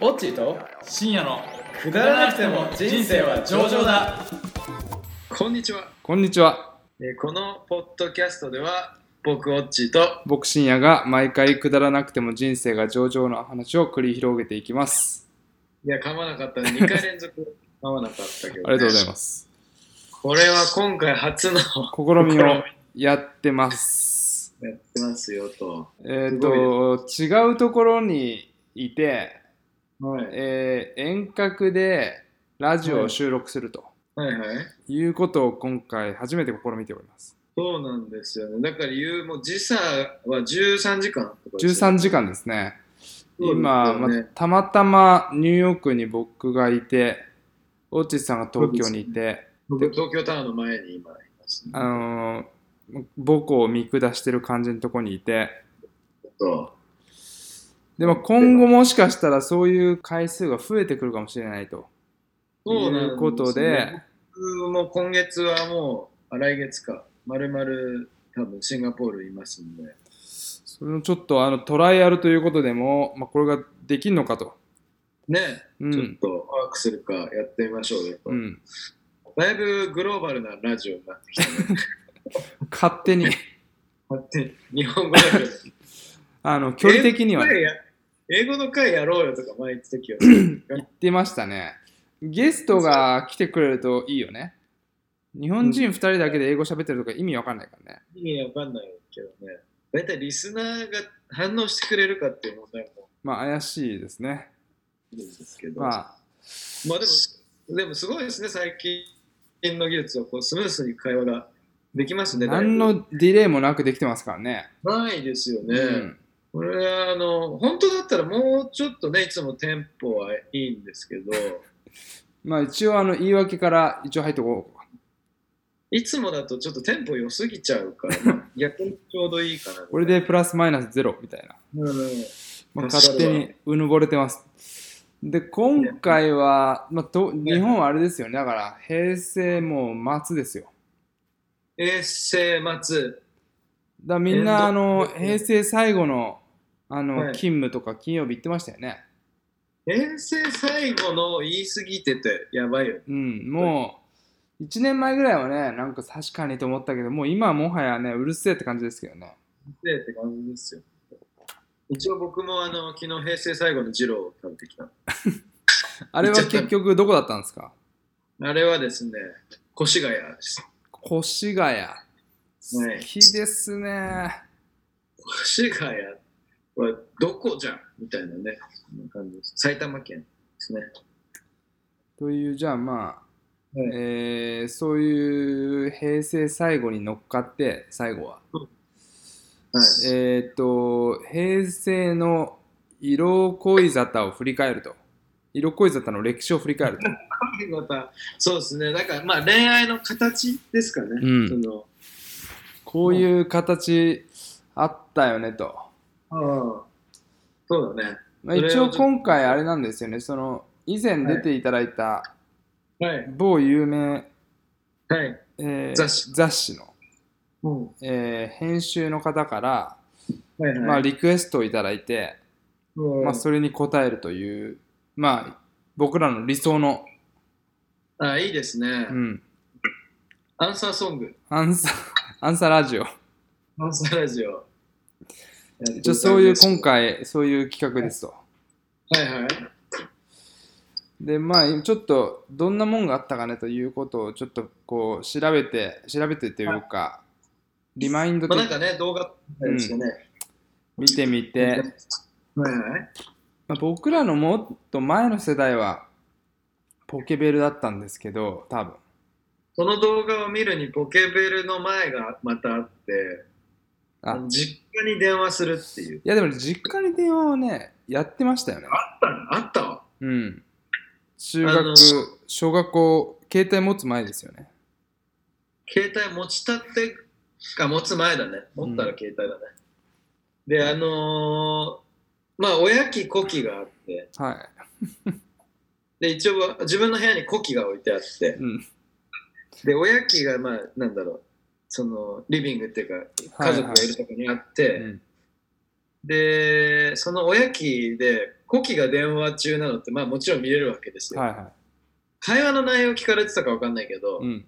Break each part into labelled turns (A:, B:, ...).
A: オッチーと
B: 深夜の
A: くだらなくても人生は上々だ
C: こんにちは、
D: こんにちは。
C: えーこのポッドキャストでは僕オッチーと
D: 僕深夜が毎回くだらなくても人生が上々の話を繰り広げていきます。
C: いや噛まなかったね2回連続噛まなかったけど、ね、
D: ありがとうございます。
C: これは今回初の
D: 試みをやってます。
C: やってますよと
D: えっ、と、違うところにいて、
C: はい
D: えー遠隔でラジオを収録すると
C: はいはい
D: いうことを今回初めて試みております。
C: そうなんですよねだから言うもう時差は13時間とかですよ
D: 13時間ですね。
C: そうです
D: 今、
C: よ
D: ま
C: ね
D: たまたまニューヨークに僕がいて、オーチスさんが東京にいて、
C: 僕東京タワーの前に今いますね
D: あのー母校を見下してる感じのとこにいて、
C: と
D: でも今後もしかしたらそういう回数が増えてくるかもしれないと
C: そうなん
D: いうことで、
C: ね僕も今月はもうあ来月かまるまる多分シンガポールいますんで
D: それのちょっとあのトライアルということでも、まあ、これができるのかと。
C: ね、
D: う
C: ちょっ
D: ん。
C: とワークするかやってみましょうよと、
D: うん、
C: だいぶグローバルなラジオになってきたね
D: 勝 手に
C: 待 って日本語だけど
D: あの距離的には、ね、
C: 英語の会やろうよとか前言ってた時は
D: 言ってましたねゲストが来てくれるといいよね日本人2人だけで英語喋ってるとか意味わかんないからね
C: 意味わかんないけどね大体リスナーが反応してくれるかっていう問題も
D: まあ怪しいですね
C: あるんですけど、
D: ま
C: まあ
D: あ
C: でもでもすごいですね最近の技術はこうスムースに会話ができますねだいぶ
D: 何のディレイもなくできてますからね
C: ないですよね、
D: うん
C: これはあの本当だったらもうちょっとねいつもテンポはいいんですけど
D: まあ一応あの言い訳から一応入っておこうか。
C: いつもだとちょっとテンポ良すぎちゃう から、まあ逆にちょうどいいかな。
D: これでプラスマイナスゼロみたいな。
C: うんうん、
D: まあ、
C: 助か
D: 勝
C: るわ
D: 手にうぬぼれてます。で、今回は、まあ、と日本はあれですよね。だから平成もう末ですよ。
C: 平成末、
D: だからみん
C: えー
D: な
C: ど
D: あの平成最後のあの、
C: はい
D: 勤務とか金曜日行ってましたよね。
C: 平成最後の言い過ぎててやばいよ。
D: うん、もう1年前ぐらいはね、なんか確かにと思ったけど、もう今はもはやね、うるせえって感じですけどね。
C: でって感じですよ。一応僕もあの昨日平成最後の二郎を食べてきた。
D: あれは
C: 行っちゃった
D: 結局どこだったんですか
C: あれはですね、越谷です。
D: 越谷。好きですね。
C: 越谷はどこじゃんみたいなね、そんな感じです。埼玉県ですね。
D: というじゃあまあ、
C: はい
D: えーそういう平成最後に乗っかって最後は
C: はい。
D: えっ、と平成の色恋沙汰を振り返ると色恋沙汰の歴史を振り返ると
C: またそうですね。だからまあ恋愛の形ですかね。
D: うん
C: その
D: こういう形あったよねと、
C: ああ、そうだね。
D: まあ、
C: それを
D: 一
C: ちょっ
D: 応
C: と
D: 今回あれなんですよねその以前出ていただいた
C: はい。
D: 某有名、
C: はい。
D: えー
C: 雑誌
D: 雑誌の、
C: うん。
D: えー編集の方から、
C: はいはい。
D: まあ、リクエストをいただいて、
C: うん
D: まあ、それに応えるという、まあ、僕らの理想の、
C: あ、いいですね、
D: うん、
C: アンサーソング。
D: アンサー、 アンサーラジオ。
C: アンサーラジオ。
D: じゃあそういう、今。回、そういう企画ですと。
C: はいはい。
D: で、まあ、ちょっと、どんなもんがあったかねということを、ちょっと、こう、調べて、調べてというか、リマインド
C: まあ
D: で
C: なんかね、動画ですよね。
D: 見てみて、
C: はいはい。
D: まあ、僕らのもっと前の世代は、ポケベルだったんですけど、多分。
C: その動画を見るにポケベルの前がまたあって、
D: あ
C: 実家に電話するっていう。
D: いや、でも、実家に電話をね、やってましたよね。
C: あったのあったわ。
D: うん。中
C: あの
D: 学、小学校、携帯持つ前ですよね。
C: 携帯持ちたってか持つ前だね持ったら携帯だね、であのー、まあ親機子機があって
D: は
C: で一応自分の部屋に子機が置いてあって
D: い。うん。
C: で親機がまあなんだろうそのリビングっていうか
D: はい
C: 家族がいるとこにあって、
D: うん
C: で、その親機で、古希が電話中なのって、まあもちろん見れるわけですよ。
D: はいは
C: 会話の内容聞かれてたかわかんないけど、
D: い。うん。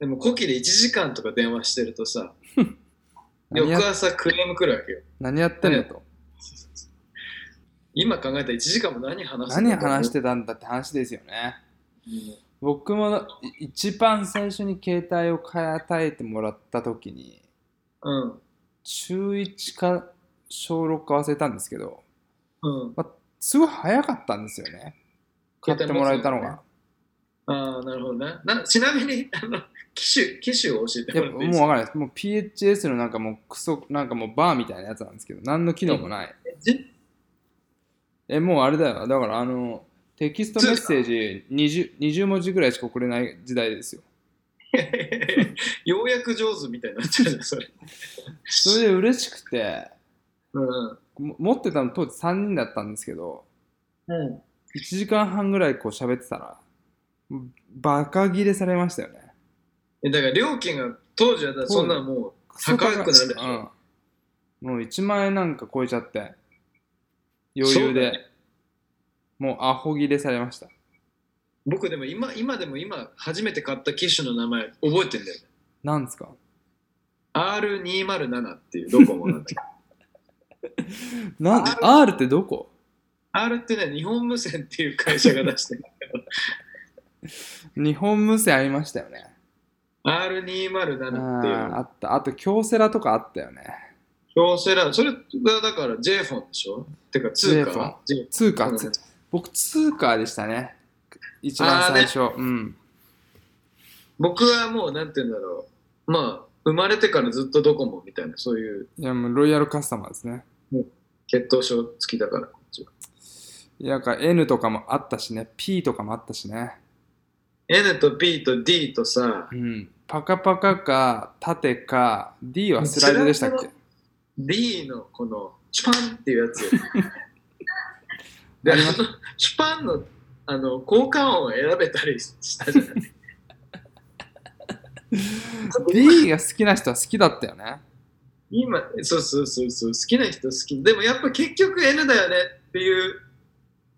C: でも古希で1時間とか電話してるとさ、翌
D: 何や
C: 朝クレーム来るわけよ。
D: 何やってんのと。
C: 今考えたら1時間も何話す
D: 何話してたんだって話ですよね。僕もい一番最初に携帯を買い与えてもらった時に、
C: うん。
D: 中1か小6か忘れたんですけど、
C: うん。
D: すごい早かったんですよね。買ってもらえたのが。
C: ああ、なるほどね。なちなみに、あの、機種、機種を教えて
D: いや
C: もら
D: も
C: っていい
D: う分
C: です
D: か
C: から
D: ないです。もう PHS のなんかもうクソ、なんかもうバーみたいなやつなんですけど、何の機能もない。
C: じ
D: え、もうあれだよ。だからあの、テキストメッセージ 20, 20文字ぐらいしか送れない時代ですよ。
C: ようやく上手みたいになっちゃうじゃん、それ。
D: それで嬉しくて、
C: うん。
D: も持ってたの当時3人だったんですけど、
C: うん。
D: 1時間半ぐらいこう喋ってたら、バカ切れされましたよね。
C: えだから料金が当時はだからそんなのもう
D: クソ
C: 高くなるでしょ
D: うん、もう1万円なんか超えちゃって、余
C: そ
D: 裕
C: うだ
D: で、
C: よね
D: もうアホ切れされました。
C: 僕でも今今でも今初めて買った機種の名前覚えてんだよね
D: なんですか
C: R207 っていうドコモ なんだけど
D: なん R ってどこ
C: R ってね日本無線っていう会社が出してる
D: 日本無線ありましたよね。あ
C: R207 っていう
D: ーあった。あと、京セラとかあったよね。
C: 京セラそれがだから J フォンでしょてか通貨は J
D: 通
C: フォ
D: 貨、
C: ン
D: つ僕、通貨でしたね。一番最初。うん。
C: 僕はもうなんて言うんだろうまあ生まれてからずっとドコモみたいなそういう
D: いや、もうロイヤルカスタマーですね。
C: 血統症付きだからこっちはい
D: や、か N とかもあったしね。P とかもあったしね。
C: N と P と D とさ
D: うん。パカパカか、縦か、D はスライドでしたっ
C: ス
D: け
C: ラ D のこのシュパンっていうや つ。で、あ
D: あ
C: の
D: ります、
C: シュパンのあの交換音を選べたりしたじゃない
D: D が好きな人は好きだったよね。
C: 今、そうそうそうそう、好きな人好き。でもやっぱ結局 N だよねっていう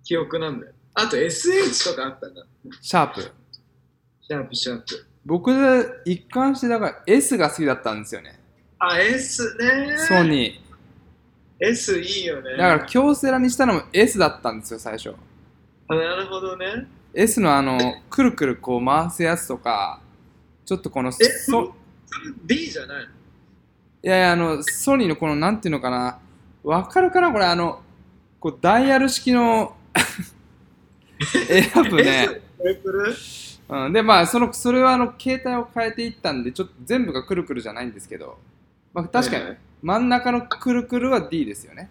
C: 記憶なんだよ。あと SH とかあったんだ。
D: シャープ。
C: シャープシャープ。
D: 僕、一貫して、だから S が好きだったんですよね。
C: あ、S ね。
D: ソニー。
C: S いいよね。
D: だから京セラにしたのも S だったんですよ最初
C: あなるほどね。
D: S のあのくるくるこう回すやつとかちょっとこの
C: え
D: ソ
C: D じゃないの
D: いやいやあのソニーのこのなんていうのかなわかるかなこれあのこうダイヤル式の選ぶね、
C: S これくる
D: うん、でまあそのそれはあの携帯を変えていったんでちょっと全部がくるくるじゃないんですけど、まあ、確か
C: はいは
D: に
C: い
D: 真ん中のくるくるは D ですよね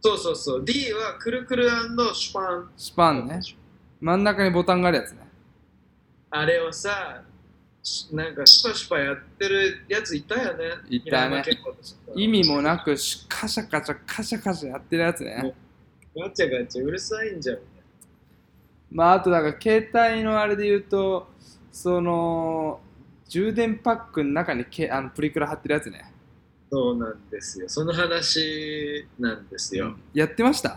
C: そうそうそう。D はくるくるシュパン。
D: スパンね真ん中にボタンがあるやつね
C: あれをさ、しなんかシュパシュパやってるやついたよね。
D: いた
C: 平山
D: ね
C: 健吾とか
D: 意味もなくしカシャカシャカシャカシャやってるやつね、
C: ガチャガチャうるさいんじゃん。
D: まああとだから携帯のあれで言うとその充電パックの中にけあのプリクラ貼ってるやつね
C: そうなんですよ。その話なんですよ。
D: やってました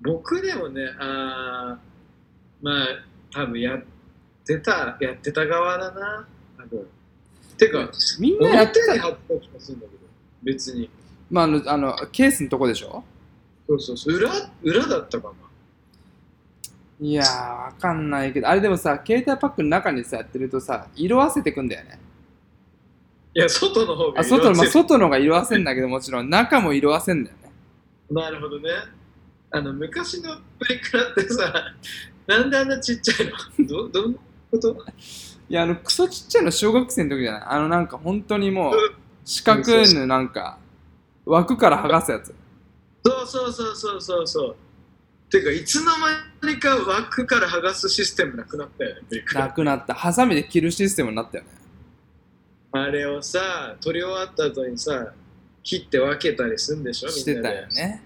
C: 僕でもね、あーまあ、多分やってた、やってた側だな。多分。てか、
D: みんなやって
C: 表に
D: た
C: 貼ってた気がするんだけど、別に。
D: まああのあのケースのとこでしょ
C: そうそうそう。裏、裏だったかな。
D: いやーわかんないけどあれでもさ携帯パックの中にさやってるとさ色あせてくんだよね
C: いや、外の方が
D: あ外の、まあ、
C: 色つい
D: 外のが色あせんだけどもちろん中も色あせんだよね
C: なるほどね。あの、昔のプリクラってさ、 なんであんなちっちゃいの ど、どんなこと
D: いやあのクソちっちゃいの小学生の時じゃないあのなんか本当にもう四角いのなんか枠から剥がすやつ
C: そうそうそうそうそうそう。てか、いつの間にか枠から剥がすシステムなくなったよね、プリク
D: な
C: ラ。
D: くなったハサミで切るシステムになったよね
C: あれをさ、取り終わった後にさ、切って分けたりするんでしょみんな
D: して
C: で
D: たよ。ね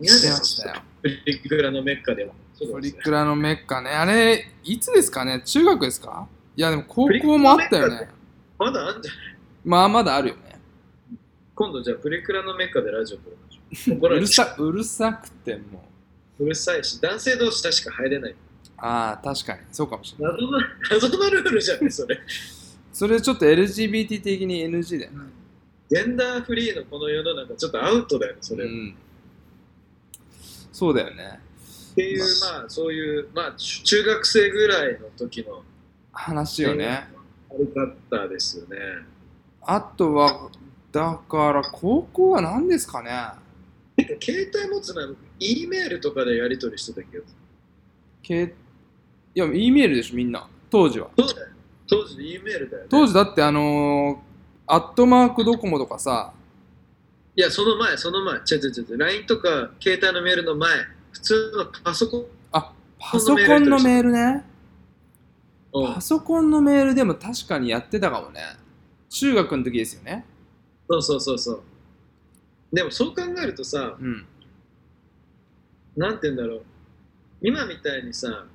C: 嫌
D: して
C: で
D: まし
C: す
D: たよ
C: プリクラのメッカでも。
D: プリクラのメッカねあれいつですかね中学ですかいやでも高校もあったよ
C: プリクラのメッカ
D: ね
C: まだあんじゃん。
D: まあまだあるよね
C: 今度じゃあプリクラのメッカでラジオ撮りましょう。怒
D: う
C: られ
D: る
C: る
D: さうるさくても
C: うるさいし、男性同士確か入れない。
D: うああ確かにそうかもしれない
C: 謎の、謎のルールじゃん、それ。
D: それちょっと LGBT 的に NG だよね
C: ジェンダーフリーのこの世の中、ちょっとアウトだよね、それ。
D: う
C: っ
D: ん、そうだよね
C: ていう、まあ、そういう、まあ、中中学生ぐらいの時の
D: 話よね
C: 悪かったですよね。
D: あとはだから高校は何ですかね
C: 携帯持つ前、僕 E メールとかでやり取りしてたけど、
D: けいや E メールでしょみんな当時は
C: 当時 E メールだよね。
D: 当時だってあのーアットマークドコモとかさ
C: いや、その前、その前、違う違う違う、LINE とか携帯のメールの前、普通のパソコン
D: パソコンのメールね
C: を、
D: パソコンのメールでも確かにやってたかもね中学の時ですよね
C: そうそうそうそう。でもそう考えるとさ、
D: うん
C: なんて言うんだろう、今みたいにさ、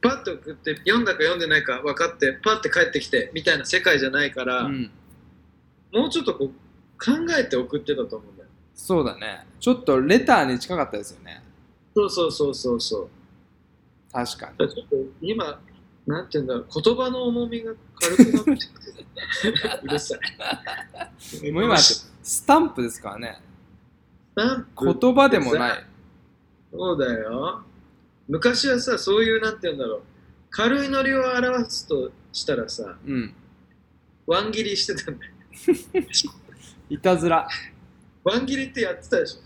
C: パッと送って、読んだか読んでないか分かって、パッて帰ってきて、みたいな世界じゃないから、
D: うん
C: もうちょっとこう考えて送ってたと思うんだよ。
D: そうだねちょっとレターに近かったですよね
C: そうそうそうそうそう。
D: 確かに
C: だからちょっと今、なんて言うんだろう、言葉の重みが軽くなってきて うるさい。
D: もう今スタンプですからね
C: なん
D: 言葉でもない
C: そうだよ。昔はさ、そういう、なんて言うんだろう。軽いノリを表すとしたらさ、
D: うん
C: ワン切りしてたんだよ。
D: いたずら
C: ワン切りってやってたでし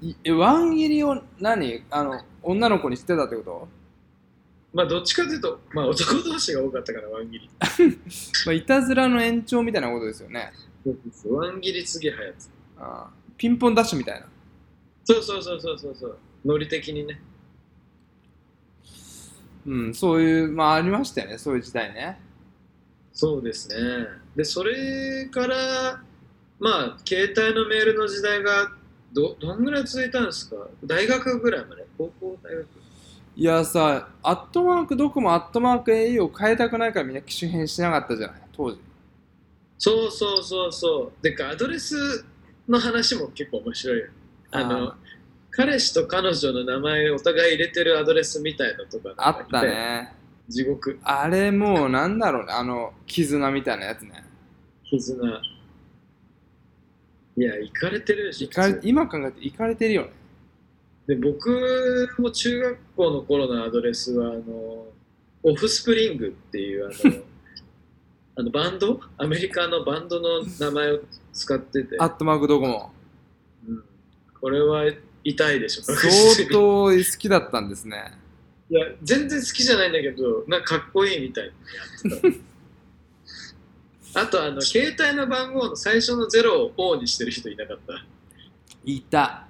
C: ょ。
D: いえワン切りを何あの女の子にしてたってこと、
C: まあ、どっちかというと、まあ、男同士が多かったから、ワン切り。
D: まあ、いたずらの延長みたいなことですよね
C: ワン切りすげえ流行ってた。
D: あーピンポンダッシュみたいな
C: そうそうそうそうそうそう。ノリ的にね。
D: うんそういうまあありましたよねそういう時代ね
C: そうですね。で、それから、まあ、携帯のメールの時代がど、どんぐらい続いたんですか大学ぐらいまで高校、大学。
D: いやさアットマークどこもアットマーク au を変えたくないからみんな機種変しなかったじゃない当時
C: そうそうそうそう。でか、アドレスの話も結構面白いよ。あの、
D: あ
C: 彼氏と彼女の名前お互い入れてるアドレスみたいのとか。
D: あった。ね
C: 地獄、
D: あれもうなんだろうねあの絆みたいなやつね
C: 絆。いや、行かれてるでしょ。
D: いかれ
C: 普通
D: 今考えていかれてるよね
C: で僕も中学校の頃のアドレスは、あの、オフスプリングっていう、あ の、あのバンドアメリカのバンドの名前を使ってて。
D: アットマークどこも
C: うん、これは痛いでしょ。
D: 相当好きだったんですね
C: いや、全然好きじゃないんだけど、なんかかっこいいみたいにやって た。あと、あの、携帯の番号の最初のゼロを O にしてる人いなかった。
D: いた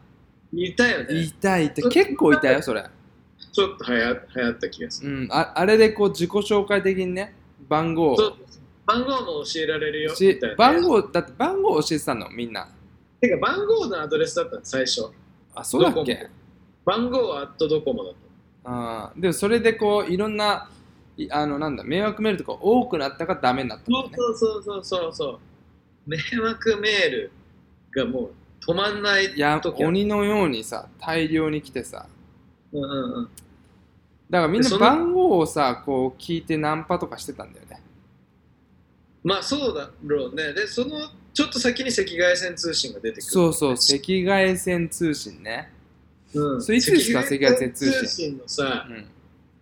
C: いたよね
D: い。たいた結構いたよそれ
C: ちょっとはや流行った気がする。
D: うんああれでこう自己紹介的にね番号を
C: そう番号も教えられるよみ
D: した
C: いな。
D: 番号だって番号教えてたのみんな
C: てか、番号のアドレスだったの、最初。
D: あそうだっ
C: ドコ
D: け
C: 番号はアットドコモだった。
D: あーでもそれでこういろんないあのなんだ迷惑メールとか多くなったからダメになったもんね
C: そうそうそうそうそう。迷惑メールがもう止まんない時
D: いや
C: ある
D: 鬼のようにさ大量に来てさ
C: うんうんうん。
D: だからみん
C: で
D: な
C: その
D: 番号をさこう聞いてナンパとかしてたんだよね
C: まあそうだろうね。で、そのちょっと先に赤外線通信が出てくる。
D: そうそう赤外線通信ね
C: うん。
D: それいつですか赤外線通信
C: のさ、
D: うん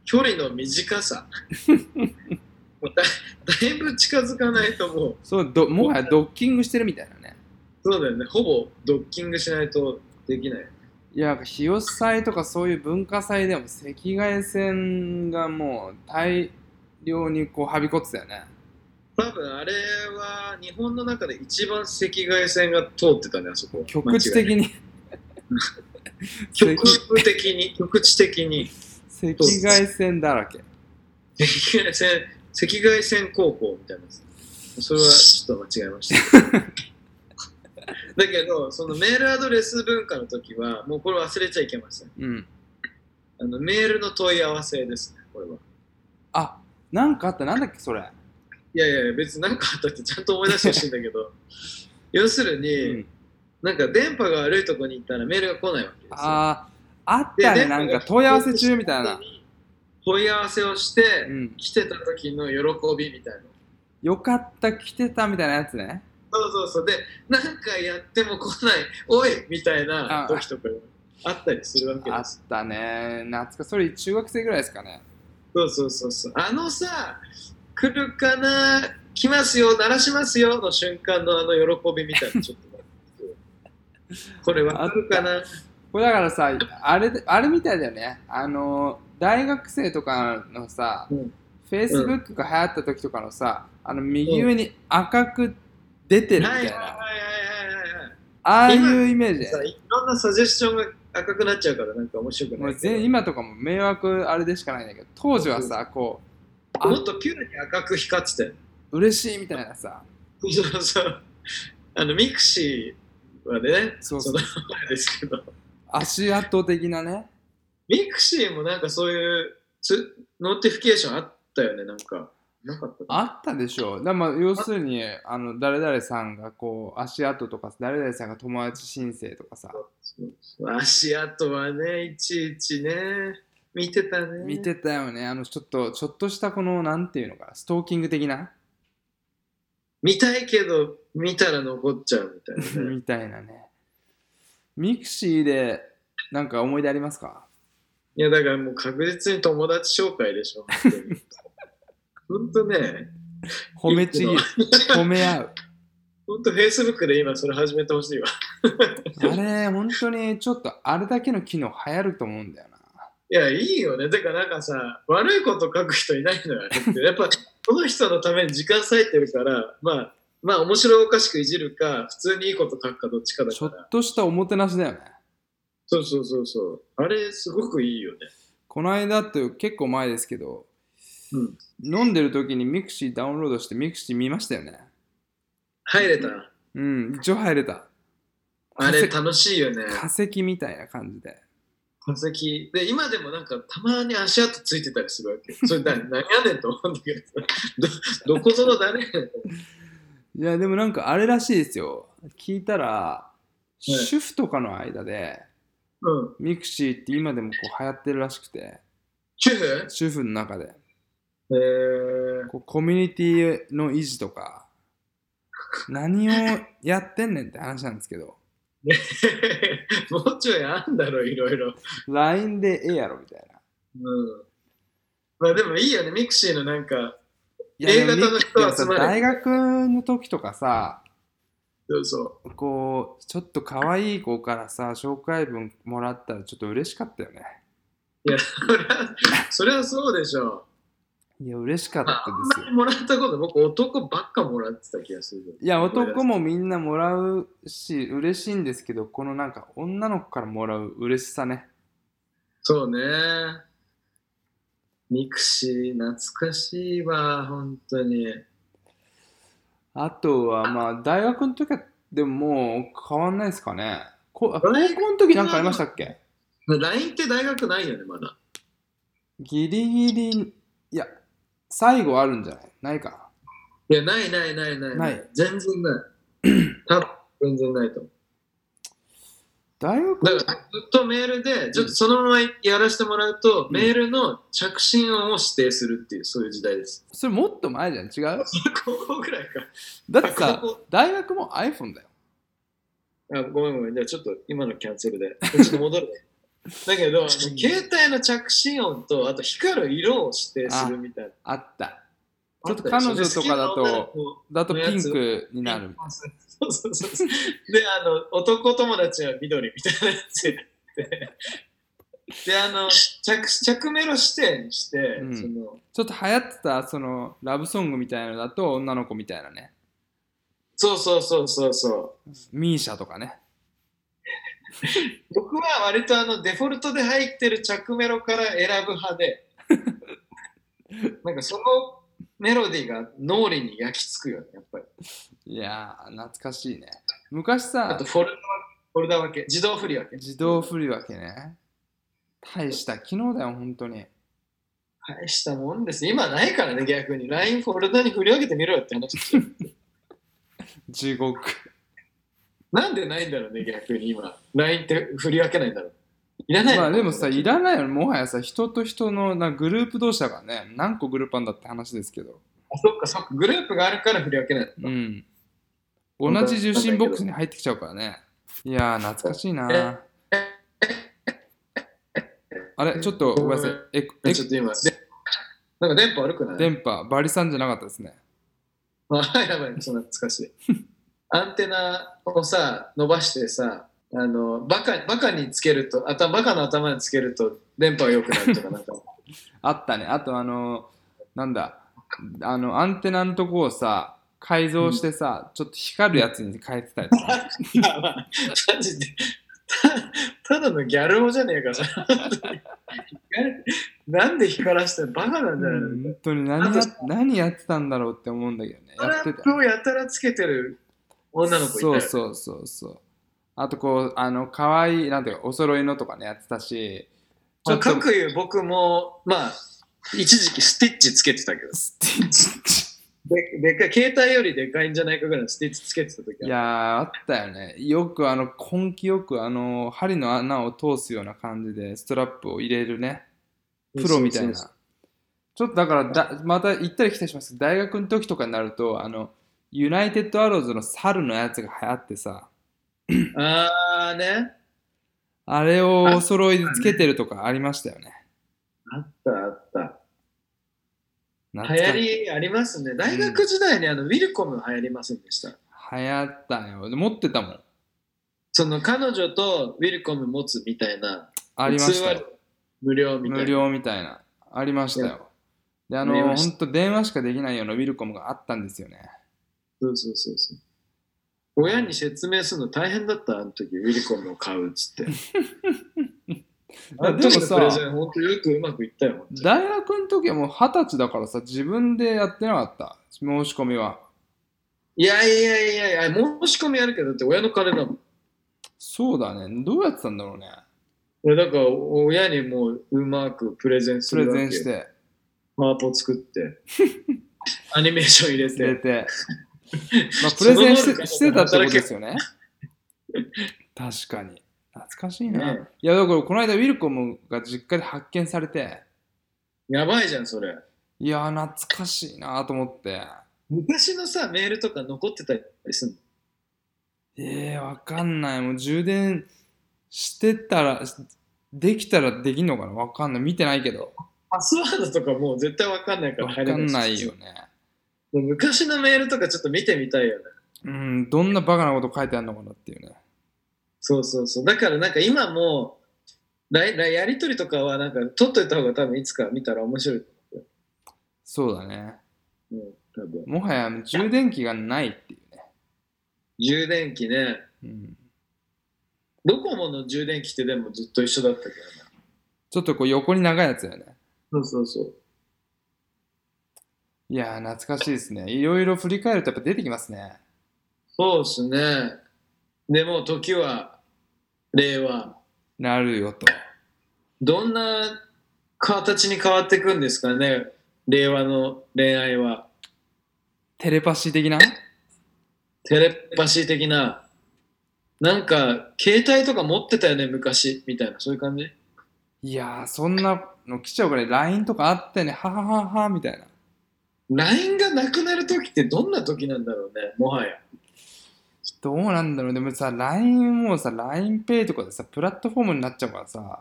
C: 距離の短 さ。もうだだいぶ近づかないともう、
D: そうどもはやドッキングしてるみたいなね
C: そうだよね。ほぼドッキングしないとできない。
D: いや、日吉祭とかそういう文化祭でも赤外線がもう大量にこうはびこってたよね。
C: 多分あれは日本の中で一番赤外線が通ってたね、あそこは。
D: 局地
C: 間違い
D: 的に
C: ない局的に、局地的に。
D: 赤外線だらけ。
C: 赤外線、赤外線高校みたいなやつそれはちょっと間違えました。 だけど、そのメールアドレス文化の時は、もうこれ忘れちゃいけません。
D: うん。
C: あのメールの問い合わせですね、これは。
D: あ、なんかあった、なんだっけそれ。
C: いやいや、別に何かあったってちゃんと思い出してほしいんだけど、要するに、
D: うん
C: なんか電波が悪いとこに行ったらメールが来ないわけですよ。
D: ああ、あっ
C: で
D: たね、
C: 電波
D: なん
C: が
D: か問い合わせ中みたいな。。
C: 問い合わせをして、
D: うん。
C: 来てた時の喜びみたいな。
D: よかった、来てたみたいなやつね。
C: そうそうそう。で、なんかやっても来ない、おいみたいな
D: あ
C: 時とかあったりするわけ
D: あ
C: で
D: っ
C: す。
D: たね。懐かそれ中学生ぐらいですかね。
C: そうそうそうそう。あのさ、来るかな、来ますよ、鳴らしますよの瞬間のあの喜びみたいな、ちょっと待って。これわかるかな
D: これだからさ、あれで、あれみたいだよね。あの、大学生とかのさ、
C: うん
D: Facebook が流行った時とかのさ、あの、右上に赤く出てるみ
C: は
D: た
C: いはい
D: い
C: はい
D: な。
C: はいはいはい。
D: ああいうイメージだ
C: さ
D: よね。
C: いろんなサジェスションが赤くなっちゃうからなんか面白く
D: も
C: な
D: う
C: いけど
D: 全今とかも迷惑あれでしかないんだけど、当時はさ、こあ
C: もっとピュアに赤く光ってたよ
D: う、嬉しいみたいなさ。
C: そうそう あのミクシーはね
D: そうそう
C: の前ですけど
D: 足跡的なね。
C: ミクシーもなんかそういうつノーティフィケーションあったよねなんかなかった
D: あったでしょだからまあ要するにあの誰々さんがこう足跡とか誰々さんが友達申請とかさ
C: 足跡はねいちいちね見てたね
D: 見てたよねあのちょっとちょっとしたこのなんていうのかなストーキング的な
C: 見たいけど見たら残っちゃうみたいなね
D: みたいなねミクシーでなんか思い出ありますか
C: いやだからもう確実に友達紹介でし ょ本当に本当ね
D: 褒めちぎる褒め合う
C: 本当、フェイスブックで今それ始めてほしいわ。
D: あれ本当にちょっとあれだけの機能流行ると思うんだよない
C: や、いいよね。てか、なんかさ、悪いこと書く人いないのよ。やっぱ、この人のために時間割いてるから、まあ、まあ、面白おかしくいじるか、普通にいいこと書くか、どっちかだ
D: ち
C: か
D: ょ
C: ら
D: っ。としたおもてなしだよね
C: そうそうそうそう。あれ、すごくいいよね。
D: この間って結構前ですけど
C: うん。
D: 飲んでる時にミクシーダウンロードしてミクシー見ましたよね
C: 入れた。
D: うん、一応入れた。
C: あれ、
D: 化
C: 楽しいよね。
D: 石化石みたいな感じで。
C: 化石。で、今でもなんか、たまに足跡ついてたりするわけ。それ、だ何やねんと思うんだけどさ、ど、どこぞの誰やねん。
D: いや、でもなんかあれらしいですよ。聞いたら、
C: い
D: 主婦とかの間で、
C: うん。
D: ミクシーって今でもこう流行ってるらしくて、
C: 主婦
D: 主婦の中で、
C: えー、
D: こうコミュニティの維持とか、何をやってんねんって話なんですけど、
C: もうちょいあんだろ、いろいろ。
D: LINE でええやろみたいな。
C: うん。まあでもいいよね、ミクシーのなんか、
D: いや
C: A 型の
D: でもミ
C: 人は
D: でもさ
C: 集まれ
D: 大学の時とかさ、
C: そうそ
D: こうちょっと可愛い子からさ紹介文もらったらちょっと嬉しかったよね
C: う。そりゃ、そりゃそうでしょ
D: いや嬉しかっ
C: う。
D: た
C: あんま
D: で
C: すり
D: よ
C: もらったこと、僕男ばっかもらってた気がする。
D: いや男もみんなもらうし嬉しいんですけどこのなんか女の子からもらう嬉しさね
C: そうね。ミクシー、懐かしいわ、本当に。
D: あとはまあ大学の時はでももう変わんないですかねこあ高校
C: 大学
D: の時なんかありましたっけ
C: LINE って大学ないよね、まだ。
D: ギリギリいや最後あるんじゃないないか
C: いや、ないないないない。
D: ない
C: 全然 ない。多分全然ないと思う。
D: 大学
C: だからずっとメールで、ちょっとそのままやらせてもらうと、
D: ん
C: メールの着信音を指定するっていう、そういう時代 です。
D: それもっと前じゃん違う
C: 高校ぐらいか。
D: だってさ
C: 高校
D: 大学も iPhone だよ
C: あごめんごめん、じゃあちょっと今のキャンセルで、ちょっと戻る ね。だけど、あの携帯の着信音と、あと光る色を指定するみたいな。
D: あったちょっと彼女とかだと、だとピンクになるみたい
C: そうそうそうそう。で、あの、男友達は緑みたいなやつやって。で、あの、着着メロ視点して、
D: ん
C: その、
D: ちょっと流行ってたそのラブソングみたいのだと女の子みたいなね
C: そうそうそうそうそう。
D: ミーシャとかね
C: 僕は割とあのデフォルトで入ってる着メロから選ぶ派 でなんかそのメロディーが脳裏に焼き付くよねやっぱり
D: いやー懐かしいね昔
C: あ
D: さ
C: とフォルダフォルダ分け自動振り分け
D: 自動振り分けね大した機能だよ本当に
C: 大したもんです今ないからね 逆に LINE フォルダに振り分けてみろよって話
D: 地獄
C: なんでないんだろうね、逆に今。LINE って振り分けないんだろう。いらないの
D: ま
C: か
D: あでもさ、い
C: い
D: らないよね。もはやさ、人と人のなグループ同士だからね、何個グループあんだって話ですけど。
C: あそっかそっか、グループがあるから振り分けない。
D: うん。
C: 本当
D: 同じ受信ボックスに入ってきちゃうからね。いやー、懐かしいな。あれ、ちょっとごめんなさい。え、え
C: ちょっと今、でなんか電波悪くない
D: 電波、バリさんじゃなかったですね。
C: あ やばい、そんな懐かしい。アンテナをさ、伸ばしてさ、あのバカバカにつけると頭、バカの頭につけると電波が良くなるとか、なんか、
D: あったね。あと、あのー、なんだ、あの、アンテナのとこをさ、改造してさ、ちょっと光るやつに変えてたりとか ね
C: まあまあマジでたただのギャル男じゃねえかそれなんで光らしてんのバカなんじゃないの、
D: 本当に何や何やってたんだろうって思うんだけどね。
C: ト
D: や
C: ラ
D: って
C: ッ
D: た。
C: プをやたらつけてる女の子いたよ
D: そうそうそうそうあとこうあの可愛いなんていうかお揃いのとかねやってたしち
C: ま
D: ょ
C: あ
D: っと
C: かくいう僕もまあ一時期スティッチつけてたけど
D: スティッチ
C: ででっかい携帯よりでかいんじゃないかぐらいのスティッチつけてた時
D: い
C: は
D: やーあったよねよくあの根気よくあの針の穴を通すような感じでストラップを入れるねプロみたいな
C: そうそう
D: ちょっとだからだまた行ったり来たりしますけど大学の時とかになるとあのユナイテッドアローズの猿のやつが流行ってさ
C: そうああね
D: あれをお揃いでつけてるとかありましたよね
C: あったあった
D: 懐
C: 流
D: か
C: 行
D: しい
C: りありますね大学時代にあのウィルコム流行りませんでした、
D: 流行ったよ持ってたもん
C: その彼女とウィルコム持つみたいな、
D: ありましたよ
C: 通話無料みたいな。
D: 無料みたいなありましたよであ
C: あり
D: の
C: まし
D: 本
C: た
D: 当電話しかできないようなウィルコムがあったんですよね
C: そうそうそうそう。親に説明するの大変だった、あの時、ウィルコムを買うっつ って。あの
D: でも
C: 時のプレ
D: さ
C: ゼン、本当よくうまくいったよ。
D: 大学の時はもう二十歳だからさ自分でやってなかった申し込みはい
C: やいやいやいや、申し込みあるけど、だって親の金だもん。
D: そうだねどうやってたんだろうね
C: 俺だから、親にもううまくプレゼンす
D: プ
C: る
D: レ
C: わけ
D: ゼンして
C: パーポ作 って、アニメーション入れ
D: 入れ
C: て。
D: てまあプレゼン
C: その能力
D: し
C: が
D: てしてたってことですよね確かに懐かしいな、
C: ね
D: いやだからこの間ウィルコムが実家で発見されて
C: やばいじゃん、それ。
D: いやー懐かしいなと思って
C: 昔のさ、メールとか残ってたりするの
D: えー、わかんない。もう充電してたら、しできたらできんのかなわかんない。見てないけど。
C: パスワードとかもう絶対わかんないから
D: わか
C: 入れ
D: んないよ。ね。
C: もう昔のメールとかちょっと見てみたいよね。
D: うん、どんなバカなこと書いてあるのかなっていうね。
C: そうそうそう。だからなんか今もう、来来やりとりとかはなんか取っといた方が多分いつか見たら面白い。
D: そうだね。
C: うん、多分。
D: もはや充電器がないっていうね。
C: 充電器ね。
D: うん、
C: ドコモの充電器ってでもずっと一緒だったけどな。
D: ちょっとこう横に長いやつだよね。
C: そうそうそう。
D: いやー、懐かしいですね。いろいろ振り返るとやっぱ出てきますね。
C: そうっすね。でも時は令和。
D: なるよと。
C: どんな形に変わっていくんですかね。令和の恋愛は。
D: テレパシー的な
C: テレパシー的な、なんか、携帯とか持ってたよね、昔、みたいな、そういう感じ
D: いやー、そんなの来ちゃうから、LINE とかあってね、ははははみたいな。
C: ?LINE がなくなる時ってどんな時なんだろうね、もはや。
D: どうなんだろうでもさ、LINE もさ、LINEPay とかでさ、プラットフォームになっちゃうからさ、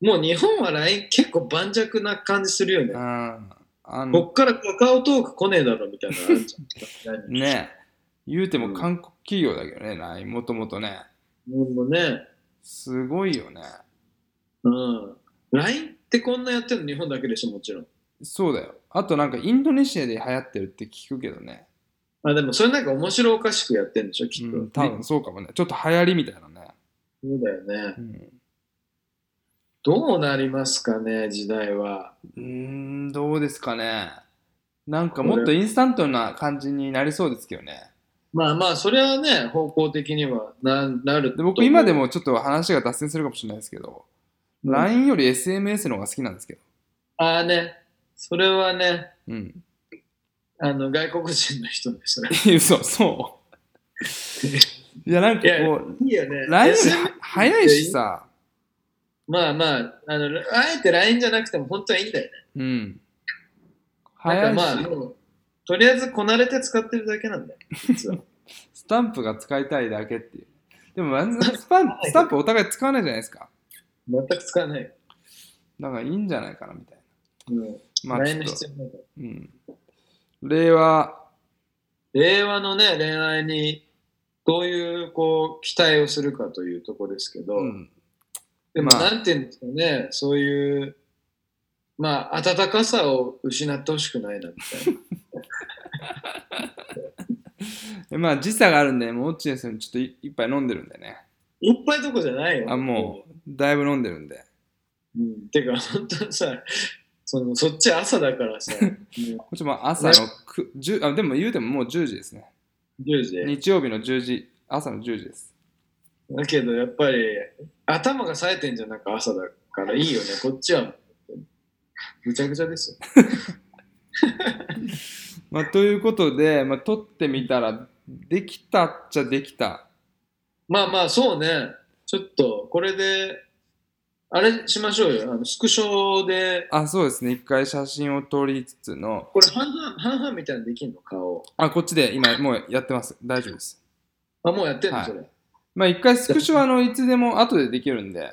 C: もう日本は LINE 結構盤石な感じするよ
D: う
C: ね。
D: ん。あ
C: こ
D: の、
C: っからカカオトーク来ねえだろ、みたいなのあるじゃん。
D: ね、言うて
C: う
D: も
C: ん
D: 韓国企業だけどね、LINE もともとね。
C: もうね、
D: すごいよね。
C: うん。LINE ってこんなやってるの日本だけでしょ、もちろん。
D: そうだよ。あとなんかインドネシアで流行ってるって聞くけどね。
C: あ、でもそれなんか面白おかしくやってんでしょ、きっと。
D: うん、多分そうかもね。ちょっと流行りみたいなね。
C: そうだよね
D: う。ん
C: どうなりますかね、時代は。
D: うーん、どうですかね。なんかもっとインスタントな感じになりそうですけどね。
C: まあまあ、それはね、方向的にはななると
D: で
C: 思う
D: 僕今で、もちょっと話が脱線するかもしれないですけど、
C: うん
D: LINE より SMS の方が好きなんですけど。
C: ああね、それはね、
D: うん。
C: あの外国人の人ですね。
D: そう、そいや、なんか
C: いや
D: こう、
C: いいよね。
D: LINE より
C: SM
D: は早いしさ。
C: まあまあ、あの、あえて LINE じゃなくても本当はいいんだよね。
D: うん。
C: な
D: 早
C: ん
D: い
C: かまあ、
D: し、
C: もう、とりあえずこなれて使ってるだけなんだよ。実は。
D: スタンプが使いたいだけっていう。でも、 スパンスタンプお互い使わないじゃないですか。
C: 全く使わないよ。
D: だからいいんじゃないかなみたい
C: うん。
D: な。まあ、ち
C: LINE の
D: ょっと
C: 必、要ないから。
D: うん。令和、
C: 令和のね、恋愛に、どういう、こう、期待をするかというとこですけど、
D: うん。
C: でも、
D: まあ
C: なんていうんですかね、そういう、まあ、温かさを失ってほしくないな、みたい な。
D: でまあ、時差があるんで、もう、オッチーさん、ちょっとい一杯飲んでるんでね。
C: いっぱいどこじゃないよ。
D: あ、もう、だいぶ飲んでるんで。
C: う。うん、てか、本当にさ、そのそっち朝だから さ、も
D: こっちも朝のく10あ、でも言うてももう10時ですね。
C: う10時で。
D: 日曜日の10時、朝の10時です。
C: だけど、やっぱり、頭が冴えてんじゃなく朝だからいいよね。こっちは、ぐちゃぐちゃですよ。
D: まあ、ということで、まあ、撮ってみたら、できたっちゃできた。
C: まあまあ、そうね。ちょっと、これで、あれしましょうよ。あのスクショで、
D: あ、そうですね。一回写真を撮りつつの、
C: これ半々、半々みたいなのできんの顔。
D: あ、こっちで今もうやってます。大丈夫です。
C: あ、もうやってんの、
D: はい
C: それ。
D: まあ、一回スクショは、あの、いつでも後でできるんで、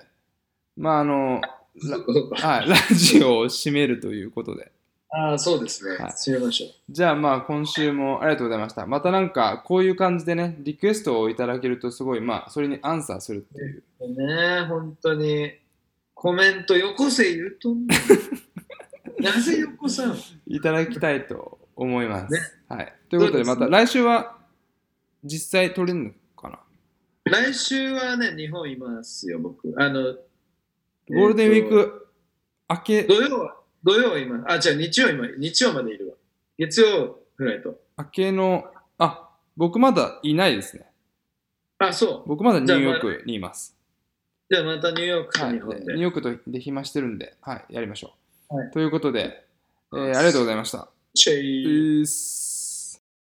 D: まあ、あの、
C: そっかそっか
D: はい、ラジオを締めるということで。
C: ああ、そうですね
D: はい。
C: すみましょう。
D: じゃあまあ今週もありがとうございました。またなんかこういう感じでね、リクエストをいただけるとすごいまあそれにアンサーするっていう。
C: ね本当に。コメントよこせ言うとんねん なぜよこさん
D: いただきたいと思います。
C: ね
D: はい。ということで
C: そ
D: ま
C: うですね
D: た来週は実際撮れるのかな、
C: 来週はね、日本いますよ、僕。あの、
D: ゴールデンウィー
C: えーと
D: ク明け、
C: 土曜は、土曜は今、あ、じゃあ日曜今、日曜までいるわ。月曜フライト。
D: 明けの、あ、僕まだいないですね。
C: あ、そう。
D: 僕まだニューヨークにいます。
C: じゃあまたニューヨーク
D: は
C: と日
D: い、でニ
C: 本で。
D: ューヨークとで暇してるんで、はい、やりましょう。
C: はい
D: ということで、えーありがとうございました。
C: チェイ
D: うーす